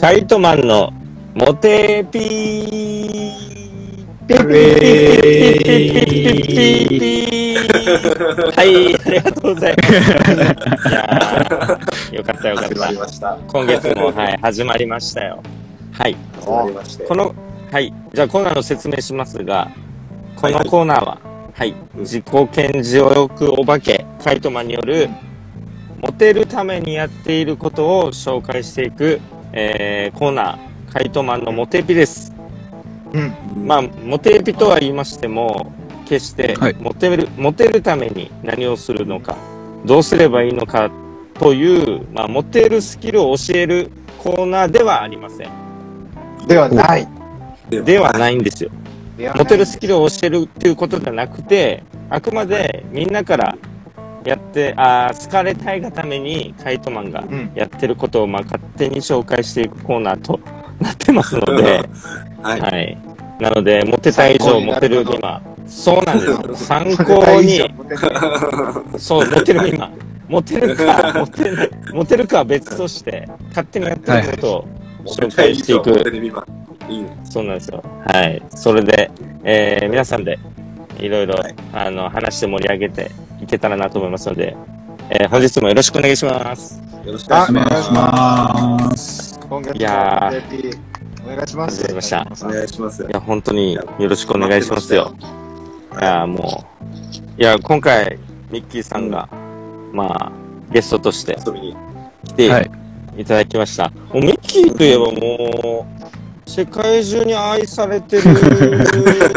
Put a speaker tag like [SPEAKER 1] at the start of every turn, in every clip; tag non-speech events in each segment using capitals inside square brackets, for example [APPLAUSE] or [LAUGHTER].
[SPEAKER 1] カイトマンのモテピーはい、ありがとうございます。いやーよかったよかっ
[SPEAKER 2] 始ま
[SPEAKER 1] た
[SPEAKER 2] り。ました。
[SPEAKER 1] 今月も、はい、始まりましたよ。はい。
[SPEAKER 2] 始まりまして。
[SPEAKER 1] この、はい。じゃあコーナーの説明しますが、このコーナーは、はい。自己顕示欲お化け、カイトマンによる、モテるためにやっていることを紹介していく、えーコーナー、カイトマンのモテピです。まあ、モテピとは言いましても、決して
[SPEAKER 3] はい
[SPEAKER 1] モテる、モテるために何をするのか、どうすればいいのかという、まあ、モテるスキルを教えるコーナーではありません。
[SPEAKER 4] ではない。
[SPEAKER 1] ではないんですよ。
[SPEAKER 4] ではない
[SPEAKER 1] モテるスキルを教えるっていうことじゃなくて、あくまでみんなからやって、あー好かれたいがためにカイトマンが
[SPEAKER 4] うん
[SPEAKER 1] やってることをまあ勝手に紹介していくコーナーとなってますの
[SPEAKER 4] [LAUGHS]
[SPEAKER 1] で、
[SPEAKER 2] はい。
[SPEAKER 1] はい。なので、モテた以
[SPEAKER 4] 参考
[SPEAKER 1] 上
[SPEAKER 4] にな
[SPEAKER 1] モ
[SPEAKER 4] る
[SPEAKER 1] テる今、そうなん
[SPEAKER 4] [LAUGHS]
[SPEAKER 1] です。参考に、 [LAUGHS] そう、モテる今、モテるか、 [LAUGHS] モテない、モテるかは別として、勝手にやってることを紹介していく
[SPEAKER 2] テ。レビ版。いいね。
[SPEAKER 1] そうなんですよ。はい。それで、えー皆さんで、いろいろ、あの、話して盛り上げていけたらなと思いますので、えー本日もよろしくお願いします。
[SPEAKER 2] よろしくお願いし
[SPEAKER 3] お
[SPEAKER 2] ま
[SPEAKER 4] あ
[SPEAKER 3] 願いします。
[SPEAKER 4] 今月
[SPEAKER 1] いやー
[SPEAKER 4] お願いします。
[SPEAKER 1] 始まりました
[SPEAKER 2] す。お願いします
[SPEAKER 1] い。や、本当によろしくお願いしますよ。いやー、もう、いや、今回、ミッキーさんが、まあ、ゲストとして
[SPEAKER 2] 遊びに。
[SPEAKER 1] 来て
[SPEAKER 3] はい。
[SPEAKER 1] いただきました。もうミッキーといえばもう、世界中に愛されてると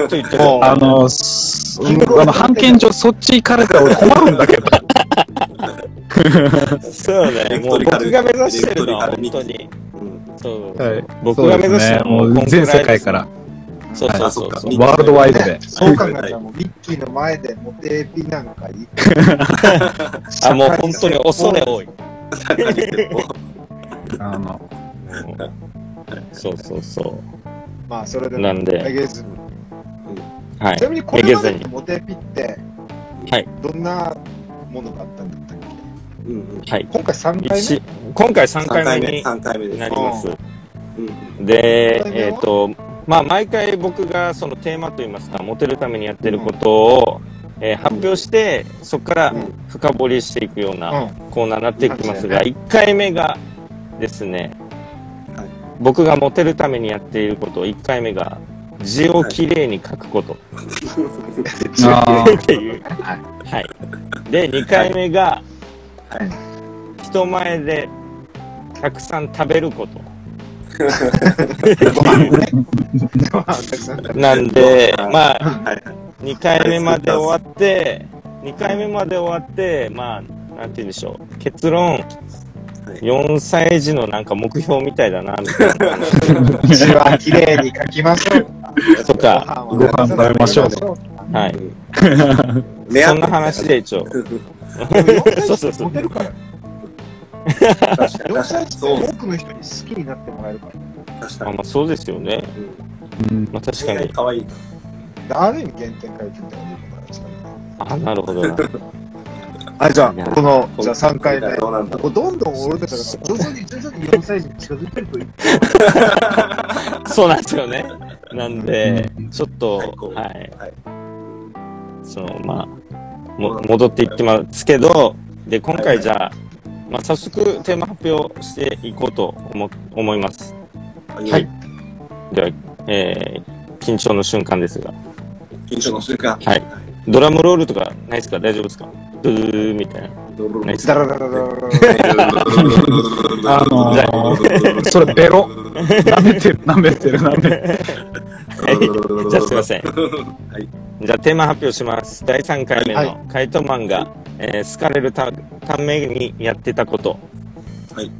[SPEAKER 1] 言っても、
[SPEAKER 3] [LAUGHS] あの、すうんあの、判権上そっち行かれたら俺困るんだけど。
[SPEAKER 1] そうね、もう僕が目指してるのは
[SPEAKER 2] エレ
[SPEAKER 1] 本当
[SPEAKER 2] クトリカルミッキ
[SPEAKER 1] に、そう、
[SPEAKER 3] はい
[SPEAKER 1] 僕が目指してるの
[SPEAKER 3] も
[SPEAKER 1] はこん
[SPEAKER 3] う
[SPEAKER 1] ぐらい
[SPEAKER 3] 全
[SPEAKER 1] です
[SPEAKER 3] 世界から、
[SPEAKER 1] そうそうそう
[SPEAKER 2] あ
[SPEAKER 1] そ
[SPEAKER 2] そうっ。
[SPEAKER 3] ワールドワイドで
[SPEAKER 4] ね。そう考えたらもうミッキーの前でモテピなんかいい。
[SPEAKER 1] [LAUGHS] あ、もう本当に恐れ多い。
[SPEAKER 3] あの、
[SPEAKER 1] そうそうそう。
[SPEAKER 4] まあそれで
[SPEAKER 1] なんで
[SPEAKER 4] めげずに
[SPEAKER 1] は
[SPEAKER 4] ちなみに
[SPEAKER 1] い。
[SPEAKER 4] こ
[SPEAKER 1] め
[SPEAKER 4] れ
[SPEAKER 1] げ
[SPEAKER 4] ま
[SPEAKER 1] ず
[SPEAKER 4] で
[SPEAKER 1] に
[SPEAKER 4] の。モテピって
[SPEAKER 1] はい
[SPEAKER 4] どんなものだったんだったっけ
[SPEAKER 2] うんうん。
[SPEAKER 1] はい。
[SPEAKER 4] 今回三回目
[SPEAKER 1] 一今回3
[SPEAKER 2] 3
[SPEAKER 1] 回
[SPEAKER 2] 回
[SPEAKER 1] 目
[SPEAKER 2] 目、
[SPEAKER 1] に
[SPEAKER 2] 3回目で
[SPEAKER 1] な
[SPEAKER 2] す
[SPEAKER 1] り。ます。
[SPEAKER 2] うん
[SPEAKER 1] で、
[SPEAKER 4] 三回目は
[SPEAKER 1] えっ、と、まあ、毎回僕がそのテーマといいますか、モテるためにやってることを、えー発表して、そこから
[SPEAKER 4] うん
[SPEAKER 1] 深掘りしていくよう
[SPEAKER 4] う
[SPEAKER 1] なんコーナーになっていきますが、
[SPEAKER 4] は
[SPEAKER 1] 1回目がですね
[SPEAKER 2] はい、
[SPEAKER 1] 僕がモテるためにやっていること、1回目が、字をきれいに書くこと
[SPEAKER 3] あー
[SPEAKER 1] っていう。はい。で、2回目が、
[SPEAKER 2] は
[SPEAKER 1] 人前でたくさん食べること。
[SPEAKER 4] [LAUGHS] まあたくさん
[SPEAKER 1] なんで、
[SPEAKER 2] はい
[SPEAKER 1] まあ、
[SPEAKER 2] はいはい。
[SPEAKER 1] 2回目まで終わって、2回目まで終わって、まあ、なんて言うんでしょう。結論、4歳児のなんか目標みたいだな、みたいな。
[SPEAKER 4] 字は綺麗に書きましょ
[SPEAKER 1] [LAUGHS]
[SPEAKER 4] う。
[SPEAKER 1] と
[SPEAKER 2] [LAUGHS]
[SPEAKER 1] か、
[SPEAKER 4] ご飯
[SPEAKER 3] ご飯食べましょう
[SPEAKER 1] はい。
[SPEAKER 2] 目
[SPEAKER 1] そんな話で一応。そうそうそう
[SPEAKER 4] モテるから。
[SPEAKER 2] 確かに
[SPEAKER 4] 4
[SPEAKER 2] 確か
[SPEAKER 4] 歳
[SPEAKER 2] に
[SPEAKER 4] 児って
[SPEAKER 2] そう
[SPEAKER 4] 多くの人に好きになってもらえるから。
[SPEAKER 2] 確
[SPEAKER 1] あ
[SPEAKER 2] かに
[SPEAKER 1] まあ、そうですよね。
[SPEAKER 3] うん
[SPEAKER 1] まあ、確かに。
[SPEAKER 2] 可愛い
[SPEAKER 4] ある意味原点回帰みたいなものなんですかね。
[SPEAKER 1] あ、なるほどな。
[SPEAKER 4] あ、じゃ
[SPEAKER 1] いや
[SPEAKER 4] あ、この、じゃあ3回目。
[SPEAKER 2] どうなんだろ
[SPEAKER 4] こうどんどん俺たちが徐々に徐々に4歳児に近づいて
[SPEAKER 1] [LAUGHS]
[SPEAKER 4] るといい。
[SPEAKER 1] そうなんですよね。なんで、ちょっと、
[SPEAKER 2] 最高
[SPEAKER 1] はい。
[SPEAKER 2] はい
[SPEAKER 1] その、まあ、も戻っていってますけど、で、今
[SPEAKER 2] はい
[SPEAKER 1] 回
[SPEAKER 2] はい
[SPEAKER 1] じゃあ、まあ、早速テーマ発表していこうと思思います。
[SPEAKER 2] う
[SPEAKER 1] はい。では、えー、緊張の瞬間ですが、
[SPEAKER 2] 緊張の瞬間
[SPEAKER 1] はいドラムロールとかないですか大丈夫ですかドゥーみたいな。
[SPEAKER 2] ドロロ
[SPEAKER 1] ないです
[SPEAKER 4] ダ
[SPEAKER 1] か
[SPEAKER 4] ラダラダラダラ。
[SPEAKER 3] あのー、それベロ。舐めてる、舐めてる、舐めてる。
[SPEAKER 1] じゃあすいません。
[SPEAKER 2] はい
[SPEAKER 1] じゃあテーマ発表します。第3回目
[SPEAKER 4] は
[SPEAKER 1] のカイトマンが、えー好かれるたためにやってたこと。
[SPEAKER 2] はい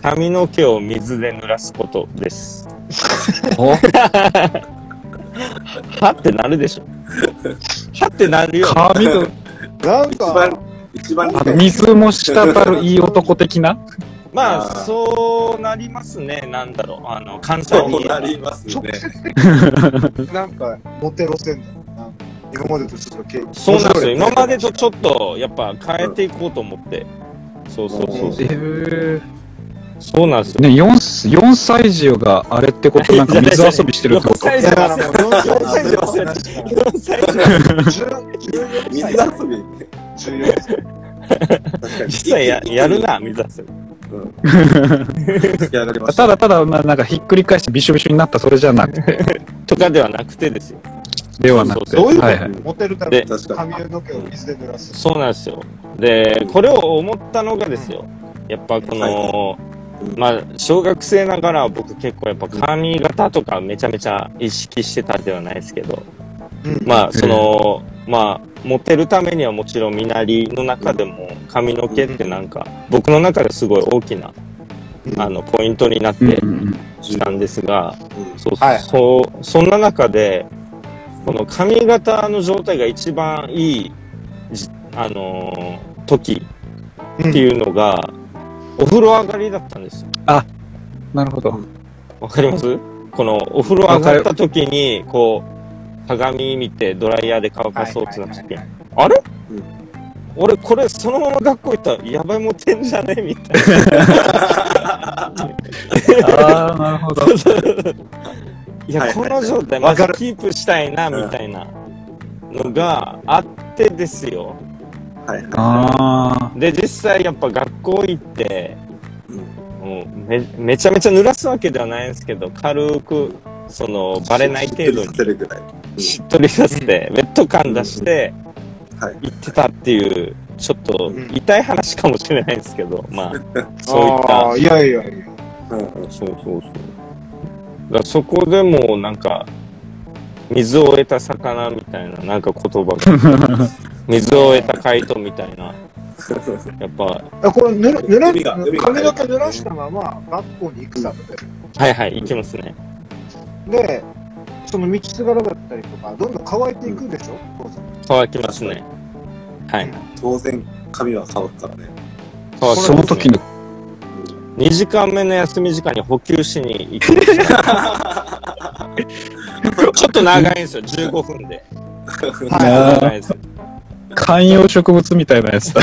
[SPEAKER 1] 髪の毛を水で濡らすことです。はってなるでしょ。はってなるよ。
[SPEAKER 3] 髪の、
[SPEAKER 4] なん
[SPEAKER 2] 一
[SPEAKER 4] か、
[SPEAKER 2] 番一番
[SPEAKER 3] あの水も滴るいい男的な
[SPEAKER 1] ま
[SPEAKER 2] あ
[SPEAKER 1] あ、
[SPEAKER 2] ー
[SPEAKER 1] そうなりますね。なんだろう。あの、関西
[SPEAKER 2] そう
[SPEAKER 1] に。
[SPEAKER 2] なりますね
[SPEAKER 4] 直接的になんか、モテ路線だよな。今までとちょっと経験。
[SPEAKER 1] そうなんですよ。今までとちょっ
[SPEAKER 4] と。
[SPEAKER 1] と、やっぱ変えていこうと思って。そうそうそう。
[SPEAKER 3] え
[SPEAKER 1] そうなんですよ。
[SPEAKER 3] ね、4, 四歳児があれってこと、なんか水遊びしてるってこと
[SPEAKER 1] 4歳
[SPEAKER 4] い
[SPEAKER 1] 児
[SPEAKER 4] や、
[SPEAKER 1] は
[SPEAKER 4] だからもう
[SPEAKER 1] 4歳児は忘れて4歳児は
[SPEAKER 4] 14
[SPEAKER 2] 水
[SPEAKER 4] 歳。
[SPEAKER 2] 遊び。
[SPEAKER 4] 14歳。
[SPEAKER 2] 確かに。
[SPEAKER 1] 実はややるな、水遊び。
[SPEAKER 2] やられました
[SPEAKER 3] た。だただ、まあ、なんかひっくり返してびしょびしょになったそれじゃなくて、
[SPEAKER 1] とかではなくてですよ。
[SPEAKER 3] ではなくて。
[SPEAKER 1] そうそうそういうこと
[SPEAKER 3] はいはい。
[SPEAKER 4] モテるために
[SPEAKER 2] 確かに。
[SPEAKER 4] 髪の毛を水で濡らす。
[SPEAKER 1] そうなんですよ。で、これを思ったのがですよ。やっぱこの、まあ、小学生ながら僕結構やっぱ髪型とかめちゃめちゃ意識してたではないですけど、
[SPEAKER 4] うん
[SPEAKER 1] まあ、その、まあ、モテるためにはもちろん身なりの中でも髪の毛ってなんか、僕の中ですごい大きな、あの、ポイントになっ
[SPEAKER 3] うん
[SPEAKER 1] て
[SPEAKER 3] うん
[SPEAKER 1] きたんですが、
[SPEAKER 2] うん
[SPEAKER 1] そう、
[SPEAKER 4] はい
[SPEAKER 1] そう、そんな中で、この髪型の状態が一番いいじ、あのー時
[SPEAKER 4] うん
[SPEAKER 1] っていうのが、お風呂上がりだったんですよ。
[SPEAKER 3] なるほど。
[SPEAKER 1] わかりますこのお風呂上がった時に、こう、鏡見てドライヤーで乾かそうってなった時に、あれ、
[SPEAKER 2] うん
[SPEAKER 1] 俺これそのまま学校行ったらやばいモテんじゃねみたいな。
[SPEAKER 3] ああ、なるほど。
[SPEAKER 1] いや、
[SPEAKER 2] はいはい
[SPEAKER 1] こ
[SPEAKER 2] はい
[SPEAKER 1] の状態、ま
[SPEAKER 4] わか
[SPEAKER 1] ず
[SPEAKER 4] る
[SPEAKER 1] キープしたいな、
[SPEAKER 2] うん
[SPEAKER 1] みたいなのがあってですよ。
[SPEAKER 2] はいはい。
[SPEAKER 3] あ
[SPEAKER 1] で、実際やっぱ学校行って、
[SPEAKER 2] うん
[SPEAKER 1] もうめめちゃめちゃ濡らすわけではないんですけど、軽く、その、バレない程度
[SPEAKER 2] しっ
[SPEAKER 1] に
[SPEAKER 2] とりさせるぐらい。
[SPEAKER 1] しっとりさせて、ベッド感出して
[SPEAKER 2] はい。
[SPEAKER 1] 行ってたっていう、ちょっと
[SPEAKER 4] うん
[SPEAKER 1] 痛い話かもしれないですけど、
[SPEAKER 2] [LAUGHS]
[SPEAKER 1] まあ、そういった
[SPEAKER 4] ああ、いやいやいや。
[SPEAKER 2] うんうん。
[SPEAKER 1] そうそうそう。だからそこでもうなんか、水を得た魚みたいな、なんか言葉が。
[SPEAKER 3] [LAUGHS]
[SPEAKER 1] 水を得たカイトみたいな。やっぱ、は
[SPEAKER 4] あこれぬら、濡ら
[SPEAKER 2] 指が指が
[SPEAKER 4] 髪の毛濡らしたまま学校に行くさって。
[SPEAKER 1] いはい、行きますね。
[SPEAKER 4] で、その道すがらだったりとか、どんどん乾いていくでしょ、当然。
[SPEAKER 1] 乾きますね。はい。
[SPEAKER 2] 当然、髪は乾くからね。
[SPEAKER 1] 乾
[SPEAKER 3] あ、その時の、
[SPEAKER 1] 2時間目の休み時間に補給しに行きま
[SPEAKER 3] [LAUGHS]
[SPEAKER 1] した。ちょっと長いんですよ、15分で。
[SPEAKER 3] あー
[SPEAKER 1] 長いです。
[SPEAKER 3] 観葉植物みたいなや
[SPEAKER 1] [LAUGHS]
[SPEAKER 3] つだ。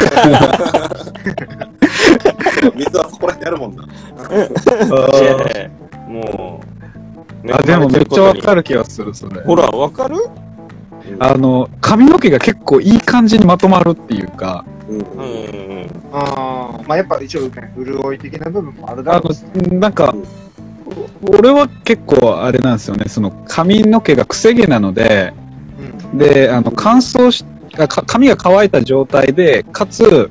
[SPEAKER 2] 水はそこら辺にあるもんな。
[SPEAKER 1] でもう、
[SPEAKER 3] あ、でもめっちゃわかる気がする、それ。
[SPEAKER 1] ほら、わかる
[SPEAKER 3] あの、髪の毛が結構いい感じにまとまるっていうか、
[SPEAKER 2] う
[SPEAKER 1] う
[SPEAKER 2] ん
[SPEAKER 1] ん
[SPEAKER 2] う。
[SPEAKER 1] うんんうん。
[SPEAKER 4] ああ、まあやっぱ一応、ね、潤い的な部分もあるだ
[SPEAKER 3] あ
[SPEAKER 4] ろうし、
[SPEAKER 3] の、なんか、俺は結構あれなんですよね、その髪の毛がくせ毛なので、
[SPEAKER 4] うん。
[SPEAKER 3] で、あの、乾燥し、あか髪が乾いた状態で、かつ、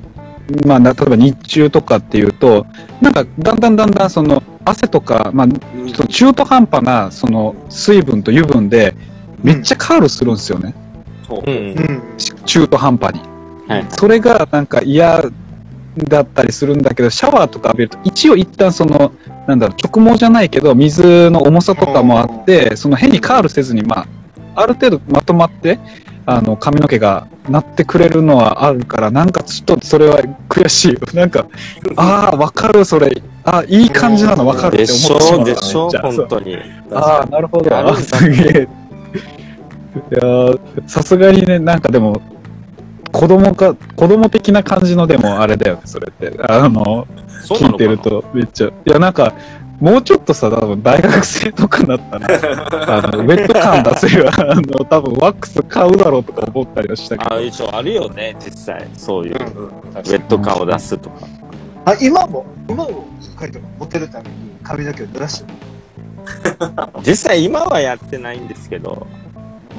[SPEAKER 3] まあ、な例えば日中とかっていうと、なんか、だんだんだんだん、その、汗とか、まあ、
[SPEAKER 2] うん
[SPEAKER 3] その中途半端な、その、水分と油分で、めっちゃカールするんですよね。
[SPEAKER 2] そう
[SPEAKER 1] うんうん。
[SPEAKER 4] うん。
[SPEAKER 3] し中途半端に。
[SPEAKER 1] はい
[SPEAKER 3] それが、なんか嫌だったりするんだけど、シャワーとか浴びると、一応一旦その、なんだろう、直毛じゃないけど、水の重さとかもあって、その変にカールせずに、まあ、ある程度まとまって、あの、髪の毛がなってくれるのはあるから、なんかちょっとそれは悔しいよ。 [LAUGHS] なんか、ああ、わかる、それ。ああ、いい感じなのわかる
[SPEAKER 1] で
[SPEAKER 3] って
[SPEAKER 1] し
[SPEAKER 3] 思ってしま
[SPEAKER 1] ょ
[SPEAKER 3] う。
[SPEAKER 1] う、でしょう、
[SPEAKER 3] じゃあ
[SPEAKER 1] 本当に。
[SPEAKER 3] ああ、なるほど。
[SPEAKER 1] やるん
[SPEAKER 3] あ
[SPEAKER 1] だ
[SPEAKER 3] すげえ。いやーさすがにね、なんかでも、子供か、子供的な感じのでもあれだよね、それって。あの、
[SPEAKER 1] そうな
[SPEAKER 3] 聞い
[SPEAKER 1] のか
[SPEAKER 3] て
[SPEAKER 1] な
[SPEAKER 3] るとめっちゃ。いや、なんか、もうちょっとさ、多分大学生とか
[SPEAKER 1] [LAUGHS]
[SPEAKER 3] だったら、あの、ウェット感出せる、あの、多分ワックス買うだろうとか思ったりはしたけ
[SPEAKER 1] あ
[SPEAKER 3] ど。
[SPEAKER 1] 一応あるよね、実際。そういう。
[SPEAKER 4] うん
[SPEAKER 2] うん
[SPEAKER 1] ウェット感を出すとか。
[SPEAKER 4] あ今も、今も、カイトがモテるために髪の毛を濡らしてる。
[SPEAKER 1] 実際今はやってないんですけど、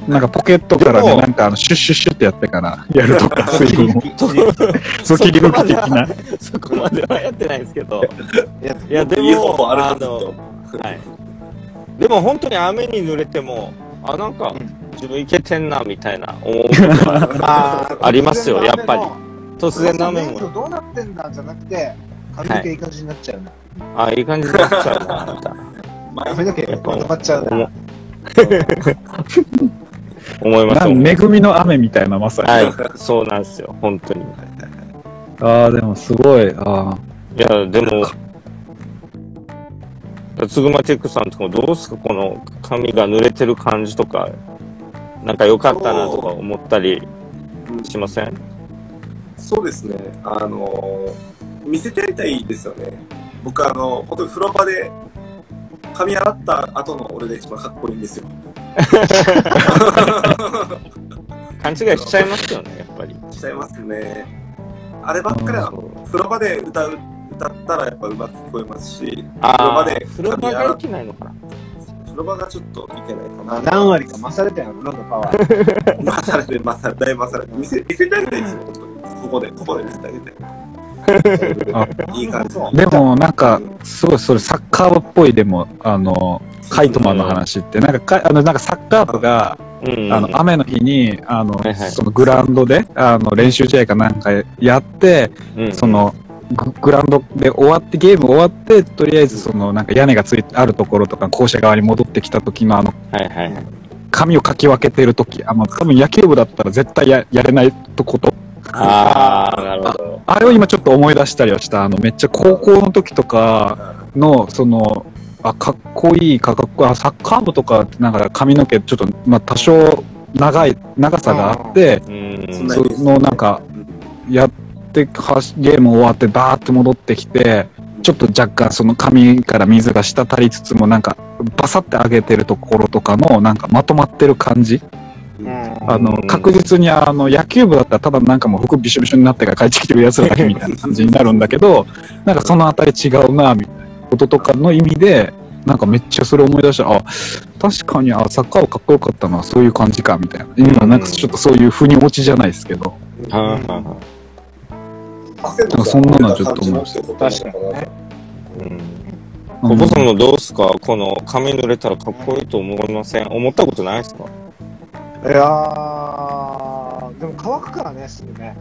[SPEAKER 3] なんかポケットから
[SPEAKER 1] で
[SPEAKER 3] ね、
[SPEAKER 1] も
[SPEAKER 3] なんかあの、シュッシュッシュってやってから、やると
[SPEAKER 1] [LAUGHS]
[SPEAKER 3] か、水分を。
[SPEAKER 1] そ
[SPEAKER 3] ゾキリ
[SPEAKER 1] こ
[SPEAKER 3] ム
[SPEAKER 1] ま
[SPEAKER 3] キ
[SPEAKER 1] で
[SPEAKER 3] 的な
[SPEAKER 1] は。、 [LAUGHS] そこまではやってないんですけど。いや、で
[SPEAKER 2] 家の方
[SPEAKER 1] も、
[SPEAKER 2] あるはず
[SPEAKER 1] の、
[SPEAKER 2] と。
[SPEAKER 1] はい。でも本当に雨に濡れても、あ、なんか
[SPEAKER 4] う、
[SPEAKER 1] 自分いけてんな、みたいな思うことは
[SPEAKER 4] あ
[SPEAKER 1] ありますよやっぱり突
[SPEAKER 4] 突
[SPEAKER 1] 然
[SPEAKER 4] 然
[SPEAKER 1] の
[SPEAKER 4] の
[SPEAKER 1] 雨
[SPEAKER 4] 雨
[SPEAKER 1] も
[SPEAKER 4] も。どうなってんだじゃなくて、髪の毛いい感じになっちゃうな。
[SPEAKER 1] あ、いい感じになっちゃうな、みたいな。
[SPEAKER 4] 髪の毛
[SPEAKER 1] やっぱ
[SPEAKER 4] まとまっちゃうな。
[SPEAKER 1] 思思いま
[SPEAKER 3] な
[SPEAKER 1] す。思い
[SPEAKER 3] ん
[SPEAKER 1] ま
[SPEAKER 3] 恵みの雨みたいな、まさ
[SPEAKER 1] す
[SPEAKER 3] に。
[SPEAKER 1] はい、そうなんですよ、本当に。
[SPEAKER 3] ああ、でもすごい。ああ。
[SPEAKER 1] いや、でも、つぐまチェックさんとかもどうですかこの髪が濡れてる感じとか、なんか良かったなとか思ったりしません
[SPEAKER 2] そうですね。あのー見せてやりたいですよね。僕あの、本当に風呂場で、髪洗った後の俺が一番かっこいいんですよ。
[SPEAKER 1] 勘違いしちゃいますよね、やっぱり。
[SPEAKER 2] しちゃいますね。あればっかりは、風呂場で歌う、歌ったらやっぱうまく聞こえますし、
[SPEAKER 1] ああ、風
[SPEAKER 2] 風
[SPEAKER 1] 呂
[SPEAKER 2] 呂場で
[SPEAKER 1] 場がいけないのかな。
[SPEAKER 2] 風呂場がちょっといけないか
[SPEAKER 4] まあ
[SPEAKER 2] な。
[SPEAKER 4] 何割か勝れたよ、ロンのパワー。
[SPEAKER 2] まされて、まされて、だいぶまされて。見せ、見せてあげたいですよ、本当に。ここで、ここで見せてあげたい。いい感じの。
[SPEAKER 3] でも、なんか、すごい、それ、サッカー部っぽい、でも、あの、カイトマンの話って、なんかか、あの、なんかサッカー部が、
[SPEAKER 1] うん。
[SPEAKER 3] あの、雨の日に、あの
[SPEAKER 1] はいはい、
[SPEAKER 3] そのグラウンドで、あの、練習試合かなんかやって、
[SPEAKER 1] うん、
[SPEAKER 3] その、ググラウンドで終わって、ゲーム終わって、とりあえず、その、なんか屋根がついてあるところとか、校舎側に戻ってきた時の、あの、
[SPEAKER 1] はいはいはい。
[SPEAKER 3] 髪をかき分けてる時、あの、多分野球部だったら絶対ややれないとこと、
[SPEAKER 1] ああ、なるほど。
[SPEAKER 3] あれを今ちょっと思い出したりはした、あの、めっちゃ高校の時とか、の、その、あ、かっこいいか、かっこいい、あサッカー部とかって、なんか髪の毛、ちょっと、まあ、多少、長い、長さがあって、
[SPEAKER 1] うん。
[SPEAKER 2] そんな
[SPEAKER 3] その、なんか、やって、はしゲーム終わって、バーって戻ってきて、ちょっと若干、その髪から水が滴りつつも、なんか、バサって上げてるところとかの、なんか、まとまってる感じ。
[SPEAKER 4] うん
[SPEAKER 3] あの
[SPEAKER 1] う、ん
[SPEAKER 3] 確実に、あの、野球部だったら、ただなんかもう服びしょびしょになってから帰ってきてる奴らだけみたいな感じになるんだけど、なんかそのあたり違うな、みたいなこととかの意味で、なんかめっちゃそれ思い出した。あ、確かに、あ、サッカー部かっこよかったのはそういう感じか、みたいな。今、なんかちょっとそういう腑に落ちじゃないですけど。
[SPEAKER 1] はあはあは
[SPEAKER 3] そんなのはちょっと思いま
[SPEAKER 4] 確かにね。
[SPEAKER 1] あうん
[SPEAKER 3] う
[SPEAKER 1] コ
[SPEAKER 3] ん
[SPEAKER 1] ボさんもどうすかこの髪濡れたらかっこいいと思いません思ったことないですか
[SPEAKER 4] いやー、でも乾くからね、すぐね。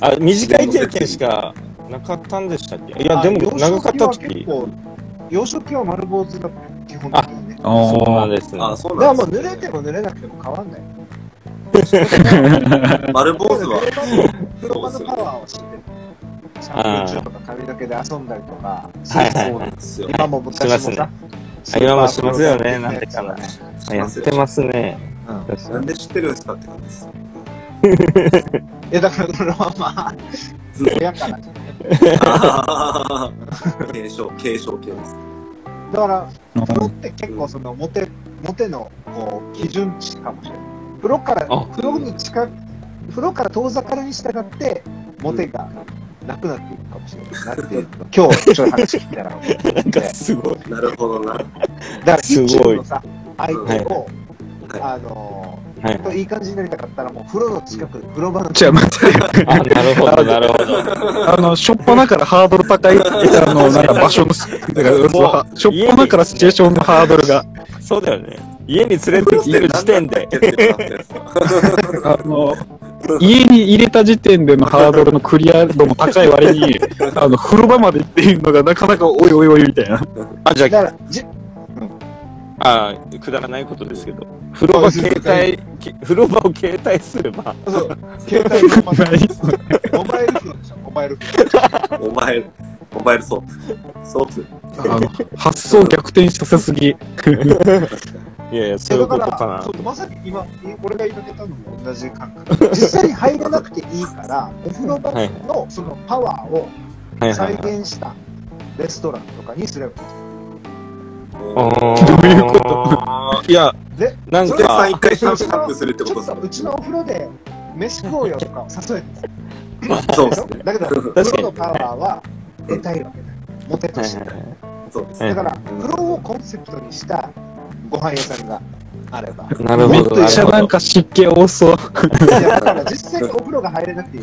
[SPEAKER 1] あ、短い経験しかなかったんでしたっけいや、
[SPEAKER 4] あ
[SPEAKER 1] でも長かった
[SPEAKER 4] 幼少期は結
[SPEAKER 1] 時。
[SPEAKER 4] 構、養殖は丸坊主だったね、基本的にね。
[SPEAKER 3] あ
[SPEAKER 1] そうなん
[SPEAKER 3] ー
[SPEAKER 1] ですね。
[SPEAKER 2] ああ、そ
[SPEAKER 4] だ
[SPEAKER 2] う
[SPEAKER 4] か
[SPEAKER 2] な
[SPEAKER 4] ら
[SPEAKER 2] ん
[SPEAKER 4] もう
[SPEAKER 2] です
[SPEAKER 4] 濡れても濡れなくても変わんない。
[SPEAKER 2] 丸坊主は、
[SPEAKER 4] 風呂場のパワーを知ってる。シャンプー中とか髪の毛で遊んだりとか、そう
[SPEAKER 1] はい
[SPEAKER 4] そう
[SPEAKER 2] ですよ。
[SPEAKER 4] 今も昔も
[SPEAKER 1] し
[SPEAKER 4] さ
[SPEAKER 1] ま、あ今もしますよね。なんでかな。
[SPEAKER 2] し
[SPEAKER 1] や
[SPEAKER 2] ま
[SPEAKER 1] っ
[SPEAKER 2] すよ
[SPEAKER 1] て。ますね。
[SPEAKER 4] うん
[SPEAKER 1] 確か
[SPEAKER 2] なん
[SPEAKER 1] に
[SPEAKER 2] で知ってるんですかって感じです。
[SPEAKER 4] え、だからそれはまあ、親から。
[SPEAKER 2] あ
[SPEAKER 1] [LAUGHS]
[SPEAKER 2] ー継承、継承系です。
[SPEAKER 4] だから、
[SPEAKER 3] うん
[SPEAKER 4] 風呂って結構その、モテ、モテの、こう、基準値かもしれない。風呂から、
[SPEAKER 1] あ
[SPEAKER 4] 風呂に近く、風呂から遠ざかるに従って、モテがなくなっていくかもしれないなっていうのを今日、ちょっと話聞い
[SPEAKER 1] [LAUGHS]
[SPEAKER 4] たら思って、だか
[SPEAKER 1] すごい。
[SPEAKER 2] なるほどな。
[SPEAKER 4] ら、
[SPEAKER 1] すごい
[SPEAKER 4] キッチンのさ、相手を、
[SPEAKER 2] はい
[SPEAKER 4] あの
[SPEAKER 1] は
[SPEAKER 4] ー、と
[SPEAKER 1] い。
[SPEAKER 4] いい感じになりたかったら、もう風呂の近く、風呂場の
[SPEAKER 3] じゃ
[SPEAKER 4] 近
[SPEAKER 3] あ、
[SPEAKER 4] く、
[SPEAKER 3] 待って。
[SPEAKER 1] あ、なる [LAUGHS] ほど、なるほど。
[SPEAKER 3] あの、しょっぱなからハードル高い、あの、なんか場 [LAUGHS] 所の、だから、しょっぱなからシチュエーションのハードルが、
[SPEAKER 1] そうだよね。家に連れてきる時点 [LAUGHS] で。
[SPEAKER 3] あの、家に入れた時点でのハードルのクリア度も高い割 [LAUGHS] に、あの、風呂場まで行っているのがなかなかおいおいおいみたいな。
[SPEAKER 1] あ、じゃあ
[SPEAKER 4] だから、じ
[SPEAKER 1] あーくだらないことですけど、風呂場携帯、け風呂場を携帯すれば、
[SPEAKER 4] そう、携帯
[SPEAKER 1] [LAUGHS]
[SPEAKER 4] のまま
[SPEAKER 3] 何
[SPEAKER 4] モバイル風呂でしょ、モバイル風呂。
[SPEAKER 2] お前、モバイルソープ。ソープ。
[SPEAKER 3] あの、発想逆転させすぎ。
[SPEAKER 1] いやいや、そういうこ
[SPEAKER 4] だ
[SPEAKER 1] と
[SPEAKER 4] か、
[SPEAKER 1] からな
[SPEAKER 4] そう。まさに今、俺が言いかけたのも同じ感覚。 [LAUGHS] 実際に入らなくていいから、お風呂場のそのパワーを
[SPEAKER 1] はいは
[SPEAKER 4] 再
[SPEAKER 1] いはい。
[SPEAKER 4] 現したレストランとかにすれば。
[SPEAKER 1] ど
[SPEAKER 3] どういうこと
[SPEAKER 1] [LAUGHS] といや、
[SPEAKER 4] で
[SPEAKER 1] なん
[SPEAKER 2] それさ、
[SPEAKER 1] か、
[SPEAKER 2] 一回シャンプーシャンプーするって
[SPEAKER 4] ち
[SPEAKER 2] こ
[SPEAKER 4] ょ
[SPEAKER 2] と
[SPEAKER 4] っ
[SPEAKER 2] ですよ
[SPEAKER 4] とうちのお風呂で飯食おうよと
[SPEAKER 1] [LAUGHS]
[SPEAKER 4] かを誘えるんですよ
[SPEAKER 2] そうですね。
[SPEAKER 4] だけど、
[SPEAKER 2] 確
[SPEAKER 1] か
[SPEAKER 4] 風
[SPEAKER 1] に
[SPEAKER 4] 呂のパワーは得たいわけだよ。モテとして。
[SPEAKER 2] そうです
[SPEAKER 1] は
[SPEAKER 2] ね。
[SPEAKER 1] い
[SPEAKER 4] だから、風呂をコンセプトにしたご飯屋さんがあれ
[SPEAKER 1] [LAUGHS]
[SPEAKER 4] ば。
[SPEAKER 1] なる
[SPEAKER 3] め
[SPEAKER 1] ほど。
[SPEAKER 3] っちゃなんか湿気多そう。
[SPEAKER 4] いやだから実際にお風呂が入れなくていい。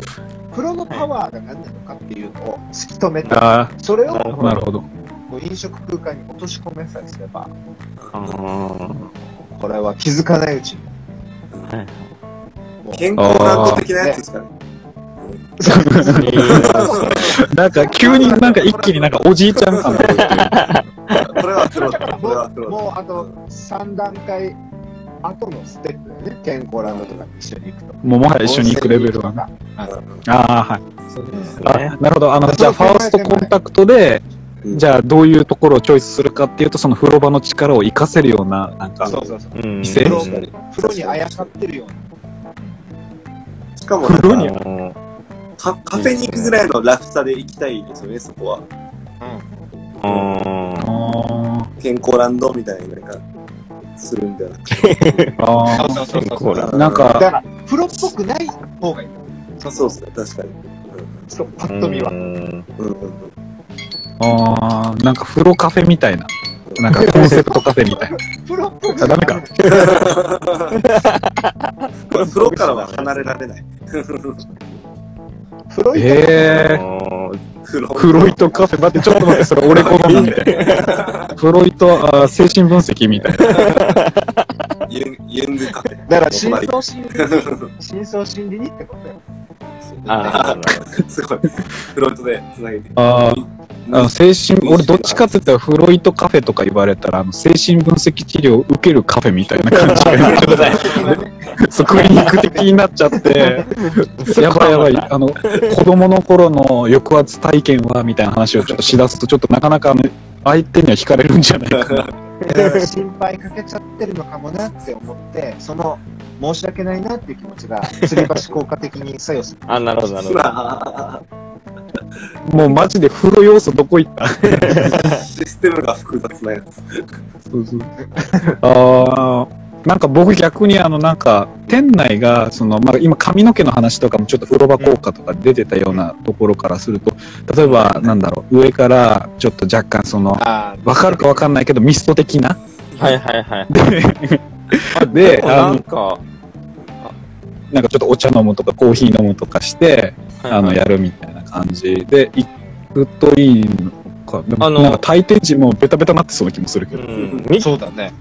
[SPEAKER 4] 風呂のパワーが何なのかっていうのを突き止めて、
[SPEAKER 3] [LAUGHS] あ
[SPEAKER 4] それを
[SPEAKER 1] なる
[SPEAKER 3] あ、なるほど。
[SPEAKER 4] こう飲食空間に落とし込めさえすれば、
[SPEAKER 1] あー
[SPEAKER 4] これは気づかないうちに。もう
[SPEAKER 2] 健康ランド的なやつですかね。 [LAUGHS]
[SPEAKER 1] いいなそれ
[SPEAKER 3] なんか急になんか一気になんかおじいちゃん感が。
[SPEAKER 2] これはプロ
[SPEAKER 4] だ
[SPEAKER 2] だからら、
[SPEAKER 4] かも
[SPEAKER 2] これは
[SPEAKER 4] う
[SPEAKER 2] プロ
[SPEAKER 4] もうあと3段階後のステップだよね、健康ランドとかに一緒に行くと。
[SPEAKER 3] もうもはや一緒に行くレベルはね。
[SPEAKER 4] な。
[SPEAKER 3] ああ、はい。
[SPEAKER 1] そうです
[SPEAKER 3] あ
[SPEAKER 1] ね。
[SPEAKER 3] なるほど。あの、じゃあ、ファーストコンタクトで、
[SPEAKER 2] うん
[SPEAKER 3] じゃあ、どういうところをチョイスするかっていうと、その風呂場の力を活かせるような、なんか、
[SPEAKER 4] そうそうそう。
[SPEAKER 1] うん。
[SPEAKER 3] 規制
[SPEAKER 2] 確かに
[SPEAKER 4] 風呂にあやかってるような。
[SPEAKER 2] しかも、
[SPEAKER 3] 風呂
[SPEAKER 1] あ
[SPEAKER 3] に
[SPEAKER 1] のー
[SPEAKER 2] カカフェに行くぐらいのラフさで行きたいですよね、そこは。健康ランドみたいな、なんか、するんじゃなくて。
[SPEAKER 5] そ
[SPEAKER 3] あ
[SPEAKER 5] うそうそうそう。
[SPEAKER 1] コーラ
[SPEAKER 3] あ。な
[SPEAKER 4] だ
[SPEAKER 3] ん
[SPEAKER 4] か
[SPEAKER 3] か、
[SPEAKER 4] ら、プロっぽくない方がいい。
[SPEAKER 2] あそうっすね、確かに。
[SPEAKER 4] そう、パッと見
[SPEAKER 1] は。
[SPEAKER 4] は。
[SPEAKER 2] うんうんうん。
[SPEAKER 3] ああ、なんか風呂カフェみたいな。なんかコンセプトカフェみたいな。
[SPEAKER 4] プロっぽく
[SPEAKER 3] あダメか。
[SPEAKER 2] これ、風呂からは離れら
[SPEAKER 1] [LAUGHS]
[SPEAKER 2] れない。
[SPEAKER 4] プロい
[SPEAKER 3] ええ
[SPEAKER 2] 風呂。
[SPEAKER 3] ー、フロイトカフェ。待って、ちょっと待って、それ俺好みなんで。フロイト、あー精神分析みたいな。
[SPEAKER 2] ユンユングカフェ。
[SPEAKER 4] だから、深層心
[SPEAKER 2] [LAUGHS]
[SPEAKER 4] 理に、深層心理にってことよ。
[SPEAKER 1] あ
[SPEAKER 2] すごい。フロイトで繋げて。
[SPEAKER 3] あーあの精神、俺どっちかって言ったらフロイトカフェとか言われたら、あの精神分析治療を受けるカフェみたいな感じ
[SPEAKER 1] [LAUGHS]
[SPEAKER 3] が、
[SPEAKER 1] あ、なる
[SPEAKER 3] そうクリニック的になっちゃって、
[SPEAKER 1] ほど。
[SPEAKER 3] やばいやばい、あの、子供の頃の抑圧体験は、みたいな話をちょっとしだすと、ちょっとなかなかあの相手には惹かれるんじゃないかな。
[SPEAKER 4] 心配かけちゃってるのかもなって思って、その、申し訳ないなっていう気持ちが、吊り橋効果的に作用する。
[SPEAKER 1] あ、なるほど、なるほど。
[SPEAKER 2] あ
[SPEAKER 3] もうマジで風呂要素どこ行った
[SPEAKER 2] ーシステムが複雑なやつ。
[SPEAKER 3] あーなんか僕逆にあのなんか店内がその、まあ、今髪の毛の話とかもちょっと風呂場効果とか出てたようなところからすると例えばなんだろう上からちょっと若干その
[SPEAKER 4] あ
[SPEAKER 3] わかるかわかんないけどミスト的な
[SPEAKER 1] はいはいはい。
[SPEAKER 3] で
[SPEAKER 1] もな
[SPEAKER 3] あ
[SPEAKER 1] ん
[SPEAKER 3] の
[SPEAKER 1] か、は
[SPEAKER 3] なんかちょっとお茶飲むとかコーヒー飲むとかして
[SPEAKER 1] い
[SPEAKER 3] あのやるみたいな感じで行くといいのかでも
[SPEAKER 1] あの
[SPEAKER 3] なんか大抵時もうベタベタなってそうな気もするけ
[SPEAKER 1] う [LAUGHS]
[SPEAKER 3] ど
[SPEAKER 1] ん。み
[SPEAKER 5] そうだね。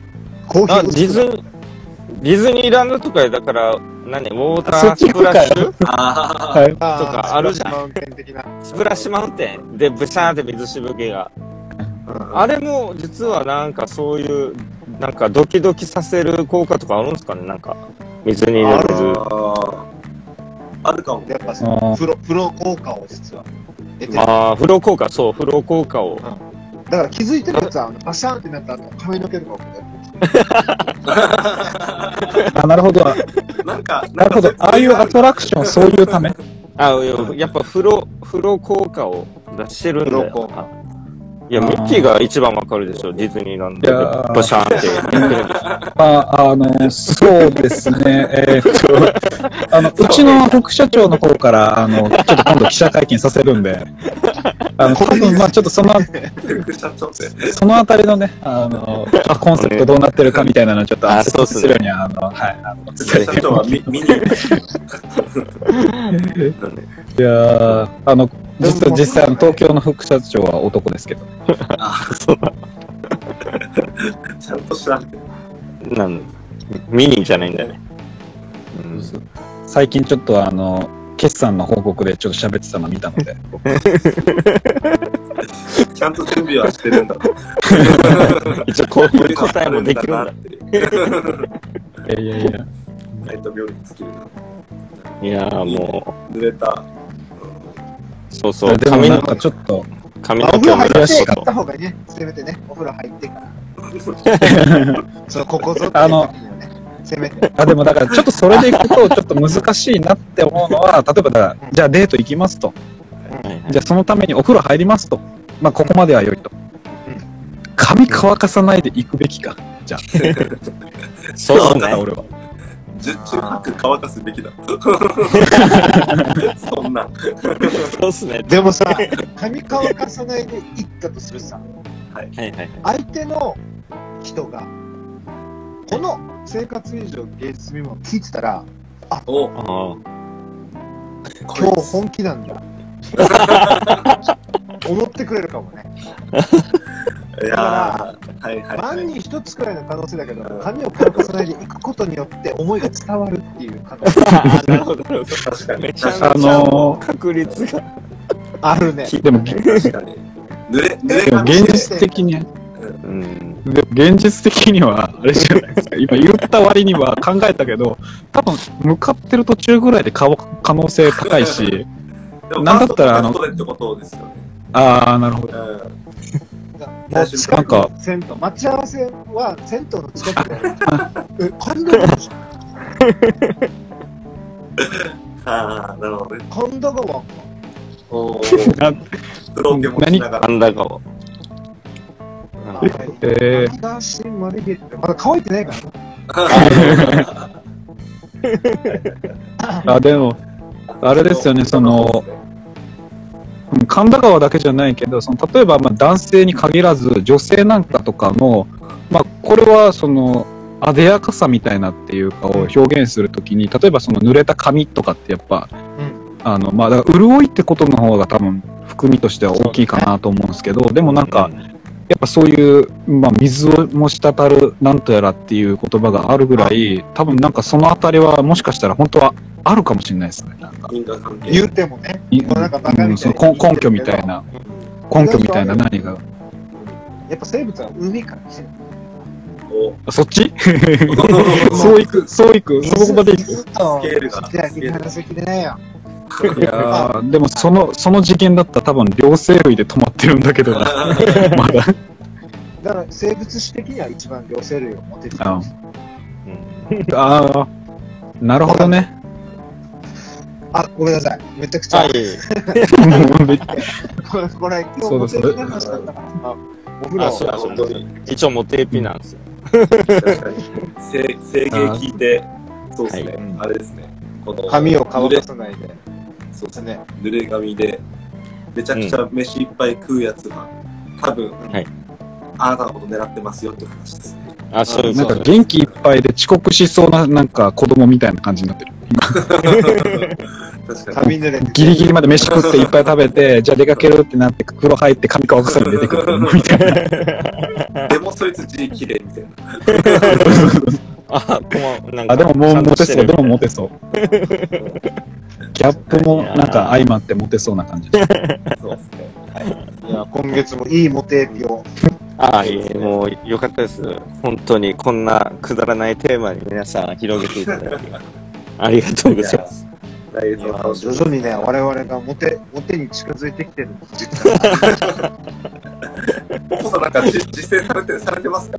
[SPEAKER 4] コーヒ
[SPEAKER 1] あ
[SPEAKER 4] ー
[SPEAKER 1] デ
[SPEAKER 4] を
[SPEAKER 1] ィズ
[SPEAKER 4] 作
[SPEAKER 1] ニー、
[SPEAKER 4] る
[SPEAKER 1] ディズニーランドとかでだから、何、ウォータ
[SPEAKER 3] そっ
[SPEAKER 1] ー
[SPEAKER 3] ち
[SPEAKER 1] ス
[SPEAKER 3] 行
[SPEAKER 1] プ
[SPEAKER 3] く
[SPEAKER 1] ラ
[SPEAKER 3] か
[SPEAKER 1] ッシ
[SPEAKER 3] よ
[SPEAKER 1] ュ
[SPEAKER 2] あ
[SPEAKER 3] はい
[SPEAKER 4] あー
[SPEAKER 1] とかあるじゃん
[SPEAKER 4] スプラッシュマウンテン的な。
[SPEAKER 1] スプラッシュマウンテンでブシャーって水しぶきが。
[SPEAKER 4] うん
[SPEAKER 1] あれも実はなんかそういう、なんかドキドキさせる効果とかあるんですかねなんか、水に入れる。
[SPEAKER 2] あ。あるかも。
[SPEAKER 4] やっぱそ
[SPEAKER 3] あ
[SPEAKER 4] の
[SPEAKER 3] ー
[SPEAKER 4] プロ、プロ効果を実は得てる。だ
[SPEAKER 1] ああ、風呂効果、そう、風呂効果を。
[SPEAKER 4] から気づいてるやつは、あのパシャーンってなった後、髪の毛とかをこうやって
[SPEAKER 3] あなるほど
[SPEAKER 2] なんか、
[SPEAKER 3] なるほどああいうアトラクションそういうため
[SPEAKER 1] あいややっぱ風呂、風呂効果を出してるんだ
[SPEAKER 4] 風呂効
[SPEAKER 1] よな。いや、ミッキーが一番わかるでしょ、ディズニーランド
[SPEAKER 3] いや
[SPEAKER 1] で。
[SPEAKER 3] ー
[SPEAKER 1] バシャーンってやってるんでしょ。
[SPEAKER 3] まあ、あの、そうですね。 [LAUGHS] えーっと、あの、うちの副社長の方から、あの、ちょっと今度記者会見させるんで、あの、多分、まあ、ちょっとその、
[SPEAKER 2] ン。社長って。
[SPEAKER 3] そのあたりのね、あの、まあコンセプトどうなってるかみたいなのをちょっと、
[SPEAKER 1] あそうっすね
[SPEAKER 3] るように、あの、はい、あの、
[SPEAKER 2] 社
[SPEAKER 3] 伝えて
[SPEAKER 2] 長は見見に行く。
[SPEAKER 3] いやーあの、実は実際、あの東京の副社長は男ですけど、
[SPEAKER 2] ああ、そうだ。ちゃんと調べて。
[SPEAKER 3] [LAUGHS]
[SPEAKER 1] なんミニじゃないんだよね。うん
[SPEAKER 3] 最近ちょっと、あの、決算の報告でちょっと喋ってたの見たの
[SPEAKER 1] [LAUGHS]
[SPEAKER 3] で、
[SPEAKER 2] ちゃんと準備はしてるんだ。
[SPEAKER 1] 一応こういう答えもできるんだ。
[SPEAKER 3] いやいやいや、
[SPEAKER 2] えっと、料理尽きるな。
[SPEAKER 1] いやーも
[SPEAKER 2] 濡れた。
[SPEAKER 1] う、そうそう、
[SPEAKER 3] でも
[SPEAKER 1] 髪
[SPEAKER 3] なん
[SPEAKER 1] の
[SPEAKER 3] かちょっと、
[SPEAKER 1] 髪
[SPEAKER 4] ま
[SPEAKER 1] の
[SPEAKER 4] あお
[SPEAKER 1] 毛
[SPEAKER 4] 風
[SPEAKER 1] を
[SPEAKER 4] 呂
[SPEAKER 1] 濡ら
[SPEAKER 4] 入っ
[SPEAKER 1] してて
[SPEAKER 4] 行った方がいいね、せめてね、お風呂入ってから。そのここぞっていう
[SPEAKER 3] あの
[SPEAKER 4] 時にはね、せめ
[SPEAKER 3] [LAUGHS]
[SPEAKER 4] て。
[SPEAKER 3] あでもだからちょっとそれでいくとちょっと難しいなって思うの [LAUGHS] は例えばだからじゃあデート行きますと
[SPEAKER 1] はいはい
[SPEAKER 3] じゃあそのためにお風呂入りますとまあここまでは良いと髪乾かさないで行くべきか
[SPEAKER 1] そうっす
[SPEAKER 2] だから
[SPEAKER 1] ね。
[SPEAKER 3] 俺は
[SPEAKER 2] 十中八九乾かすべき
[SPEAKER 3] [LAUGHS]
[SPEAKER 2] だ。そんな。
[SPEAKER 1] そうっすね。
[SPEAKER 4] でもさ、 [LAUGHS] 髪乾かさないで行ったとするさ、
[SPEAKER 1] はいはい。
[SPEAKER 4] 相手の人が、この生活以上芸術未満を聞いてたら、
[SPEAKER 2] お
[SPEAKER 1] あー
[SPEAKER 4] 今日本気なんだ。思ってくれるかもね。
[SPEAKER 2] いやー、はいはい、は
[SPEAKER 4] 万
[SPEAKER 2] い。
[SPEAKER 4] に一つくらいの可能性だけど、髪を乾かさないで行くことによって思いが伝わるっていう可能性
[SPEAKER 1] あー、なるほど。
[SPEAKER 2] 確かに。
[SPEAKER 1] めちゃめ
[SPEAKER 2] 確
[SPEAKER 1] ち
[SPEAKER 2] か
[SPEAKER 1] ゃ
[SPEAKER 3] あの
[SPEAKER 1] 確率が。
[SPEAKER 4] あるね。
[SPEAKER 3] でもで
[SPEAKER 2] に。確かに。濡れ、濡れ
[SPEAKER 4] で
[SPEAKER 3] も
[SPEAKER 2] 感
[SPEAKER 4] も
[SPEAKER 2] じ。
[SPEAKER 3] 現実的に
[SPEAKER 1] うん。
[SPEAKER 3] でも現実的にはあれじゃないですか今言った割には考えたけど多分向かってる途中ぐらいで乾く可能性高い [LAUGHS] し
[SPEAKER 2] でも
[SPEAKER 3] なんだったらあの
[SPEAKER 2] ファーストカットでってことですよね。
[SPEAKER 3] ああなるほど
[SPEAKER 2] うん。
[SPEAKER 4] もう
[SPEAKER 3] な
[SPEAKER 4] 近
[SPEAKER 3] んか
[SPEAKER 4] く、銭湯、待ち合わせは銭湯の近くで。 [LAUGHS] え、コンドゴ、
[SPEAKER 2] ああ、なるほどね。
[SPEAKER 4] コンドゴは、
[SPEAKER 2] おー
[SPEAKER 3] な
[SPEAKER 2] プローケもしながら。
[SPEAKER 1] なんだかを。
[SPEAKER 4] あ
[SPEAKER 3] え
[SPEAKER 4] 秋田新丸ひげってまだ乾いてないからね。
[SPEAKER 3] ー、 [LAUGHS] あ、でも、あれですよねその、うん神田川だけじゃないけど、その例えばまあ男性に限らず、女性なんかとかも、まあ、これはその、あでやかさみたいなっていうかを表現するときに、例えばその濡れた髪とかってやっぱ、あの、まあ、だから潤いってことの方が多分、含みとしては大きいかなと思うんですけど、でもなんか、やっぱそういう、まあ、水をも滴るなんとやらっていう言葉があるぐらい、多分なんかそのあたりはもしかしたら本当はあるかもしれないですね。なんか
[SPEAKER 2] 因果関係
[SPEAKER 4] 言うてもね。
[SPEAKER 3] い
[SPEAKER 4] まあなんかバカ
[SPEAKER 3] う
[SPEAKER 4] み
[SPEAKER 3] ん
[SPEAKER 4] た
[SPEAKER 3] そ
[SPEAKER 4] い
[SPEAKER 3] の
[SPEAKER 4] に
[SPEAKER 3] 根根拠みたいな、根拠みたいな何が。
[SPEAKER 4] やっぱ生物は海から来てる。
[SPEAKER 2] を
[SPEAKER 3] あそっち
[SPEAKER 2] [LAUGHS]
[SPEAKER 3] そういく、そういく、そこまでいく。
[SPEAKER 4] 水と
[SPEAKER 2] スケールが
[SPEAKER 4] じゃあ見晴らせきれないよ。
[SPEAKER 3] いやーでもその、その次元だったら多分両生類で止まってるんだけどな、 [LAUGHS] ま
[SPEAKER 4] だ
[SPEAKER 3] だ。
[SPEAKER 4] から生物史的には一番両生類を持ててる
[SPEAKER 3] あ。あー、なるほどね。
[SPEAKER 4] あ、ごめんなさい。めちゃくちゃ。
[SPEAKER 1] はい。
[SPEAKER 4] これ、これ、今日
[SPEAKER 3] そう
[SPEAKER 4] モ
[SPEAKER 3] だ
[SPEAKER 4] テ
[SPEAKER 3] そう
[SPEAKER 4] る
[SPEAKER 3] だ
[SPEAKER 4] 話だったからさ。お風
[SPEAKER 1] あ、
[SPEAKER 4] 呂
[SPEAKER 1] そうだ、そうだ。一応モテエピなんですよ。
[SPEAKER 2] 確かに整整形聞いてそうですね、
[SPEAKER 4] はい
[SPEAKER 2] あれですねこの
[SPEAKER 4] 髪を乾
[SPEAKER 2] 濡れ
[SPEAKER 4] かさないで。
[SPEAKER 2] そうですね
[SPEAKER 4] ね。
[SPEAKER 2] 濡れ髪でめちゃくちゃ飯いっぱい食うやつが、多分、
[SPEAKER 1] はい
[SPEAKER 2] あなたのこと狙ってますよって話ですね
[SPEAKER 1] あ、そういう
[SPEAKER 3] な
[SPEAKER 1] こ
[SPEAKER 3] んか
[SPEAKER 1] と。
[SPEAKER 3] 元気いっぱいで遅刻しそうな、なんか子供みたいな感じになってる。
[SPEAKER 2] 確かに
[SPEAKER 4] 髪濡れて。
[SPEAKER 3] ギリギリまで飯食っていっぱい食べて、じゃあ出かけるってなって、風呂入って髪乾かされて出てくるみたいな。
[SPEAKER 2] でもそいつ字綺麗みたいな
[SPEAKER 1] あ、こま、なんか。
[SPEAKER 3] あ、でもも
[SPEAKER 1] ちゃ
[SPEAKER 3] うん
[SPEAKER 1] と
[SPEAKER 3] モテ
[SPEAKER 1] して
[SPEAKER 3] そう、
[SPEAKER 1] る
[SPEAKER 3] でもモテそう。ギャップもなんか相まってモテそうな感じ。
[SPEAKER 2] そうですね
[SPEAKER 4] いや、今月もいいモテエピを。
[SPEAKER 1] ああ、いえ、もう、よかったです。本当に、こんなくだらないテーマに皆さん広げていただいて。ありがとうございます。
[SPEAKER 2] 来月
[SPEAKER 4] い
[SPEAKER 2] の
[SPEAKER 4] や
[SPEAKER 2] 楽し
[SPEAKER 4] 徐
[SPEAKER 2] み
[SPEAKER 4] 々にね、我々がモテ、モテに近づいてきてる実感が。
[SPEAKER 2] ポポさんなんかじ実践されてされてますか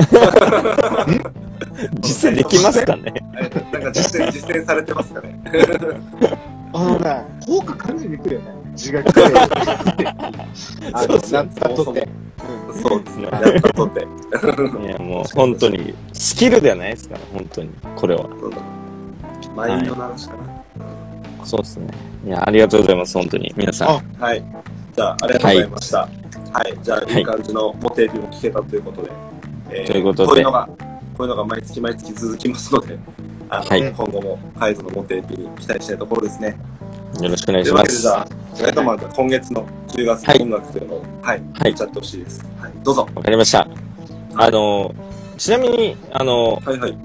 [SPEAKER 1] 実践できますかね
[SPEAKER 2] なんか実践実践されてますかね
[SPEAKER 4] あのね、効果感じにくいよね。字が綺麗。あ
[SPEAKER 1] そう
[SPEAKER 4] の、
[SPEAKER 1] そう
[SPEAKER 4] なったとて。
[SPEAKER 2] そうですねやったとて
[SPEAKER 1] いや、もう、本当に、スキルではないですから、本当に。これは。
[SPEAKER 2] マインドの話かな
[SPEAKER 1] そうですね。いや、ありがとうございます、本当に。皆さん。
[SPEAKER 4] あ
[SPEAKER 2] はいじゃあありがとうございましたはい、じゃあいい感じのモテエビも聞けたということで、え
[SPEAKER 1] ということで
[SPEAKER 2] こういうのがこういうのが毎月毎月続きますのであの、
[SPEAKER 1] はい
[SPEAKER 2] 今後もカイズのモテエビに期待したいところですね
[SPEAKER 1] よろしくお願い
[SPEAKER 2] と
[SPEAKER 1] し
[SPEAKER 2] いうわ
[SPEAKER 1] ま
[SPEAKER 2] けですじ。ゃあえっとまず今月の10月
[SPEAKER 1] はい
[SPEAKER 2] の音楽というのをはい、
[SPEAKER 1] はい
[SPEAKER 2] やっちゃってほしいです、はい、どうぞ
[SPEAKER 1] わかりました。あの、ちなみに、あの、
[SPEAKER 2] はいはい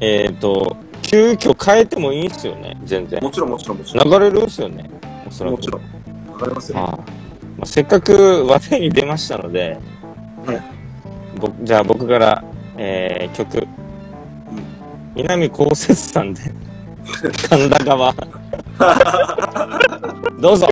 [SPEAKER 1] えっ、と、急遽変えてもいいんすよね、全然。
[SPEAKER 2] もちろんもちろんもちろん
[SPEAKER 1] 流れるんすよね、おそらく。
[SPEAKER 2] もちろんわかりますよ、
[SPEAKER 1] ああまあ、せっかく話題に出ましたので、
[SPEAKER 2] はい
[SPEAKER 1] 僕じゃあ僕から、えー曲、南こうせつ
[SPEAKER 2] [LAUGHS]
[SPEAKER 1] さんで神田川どうぞ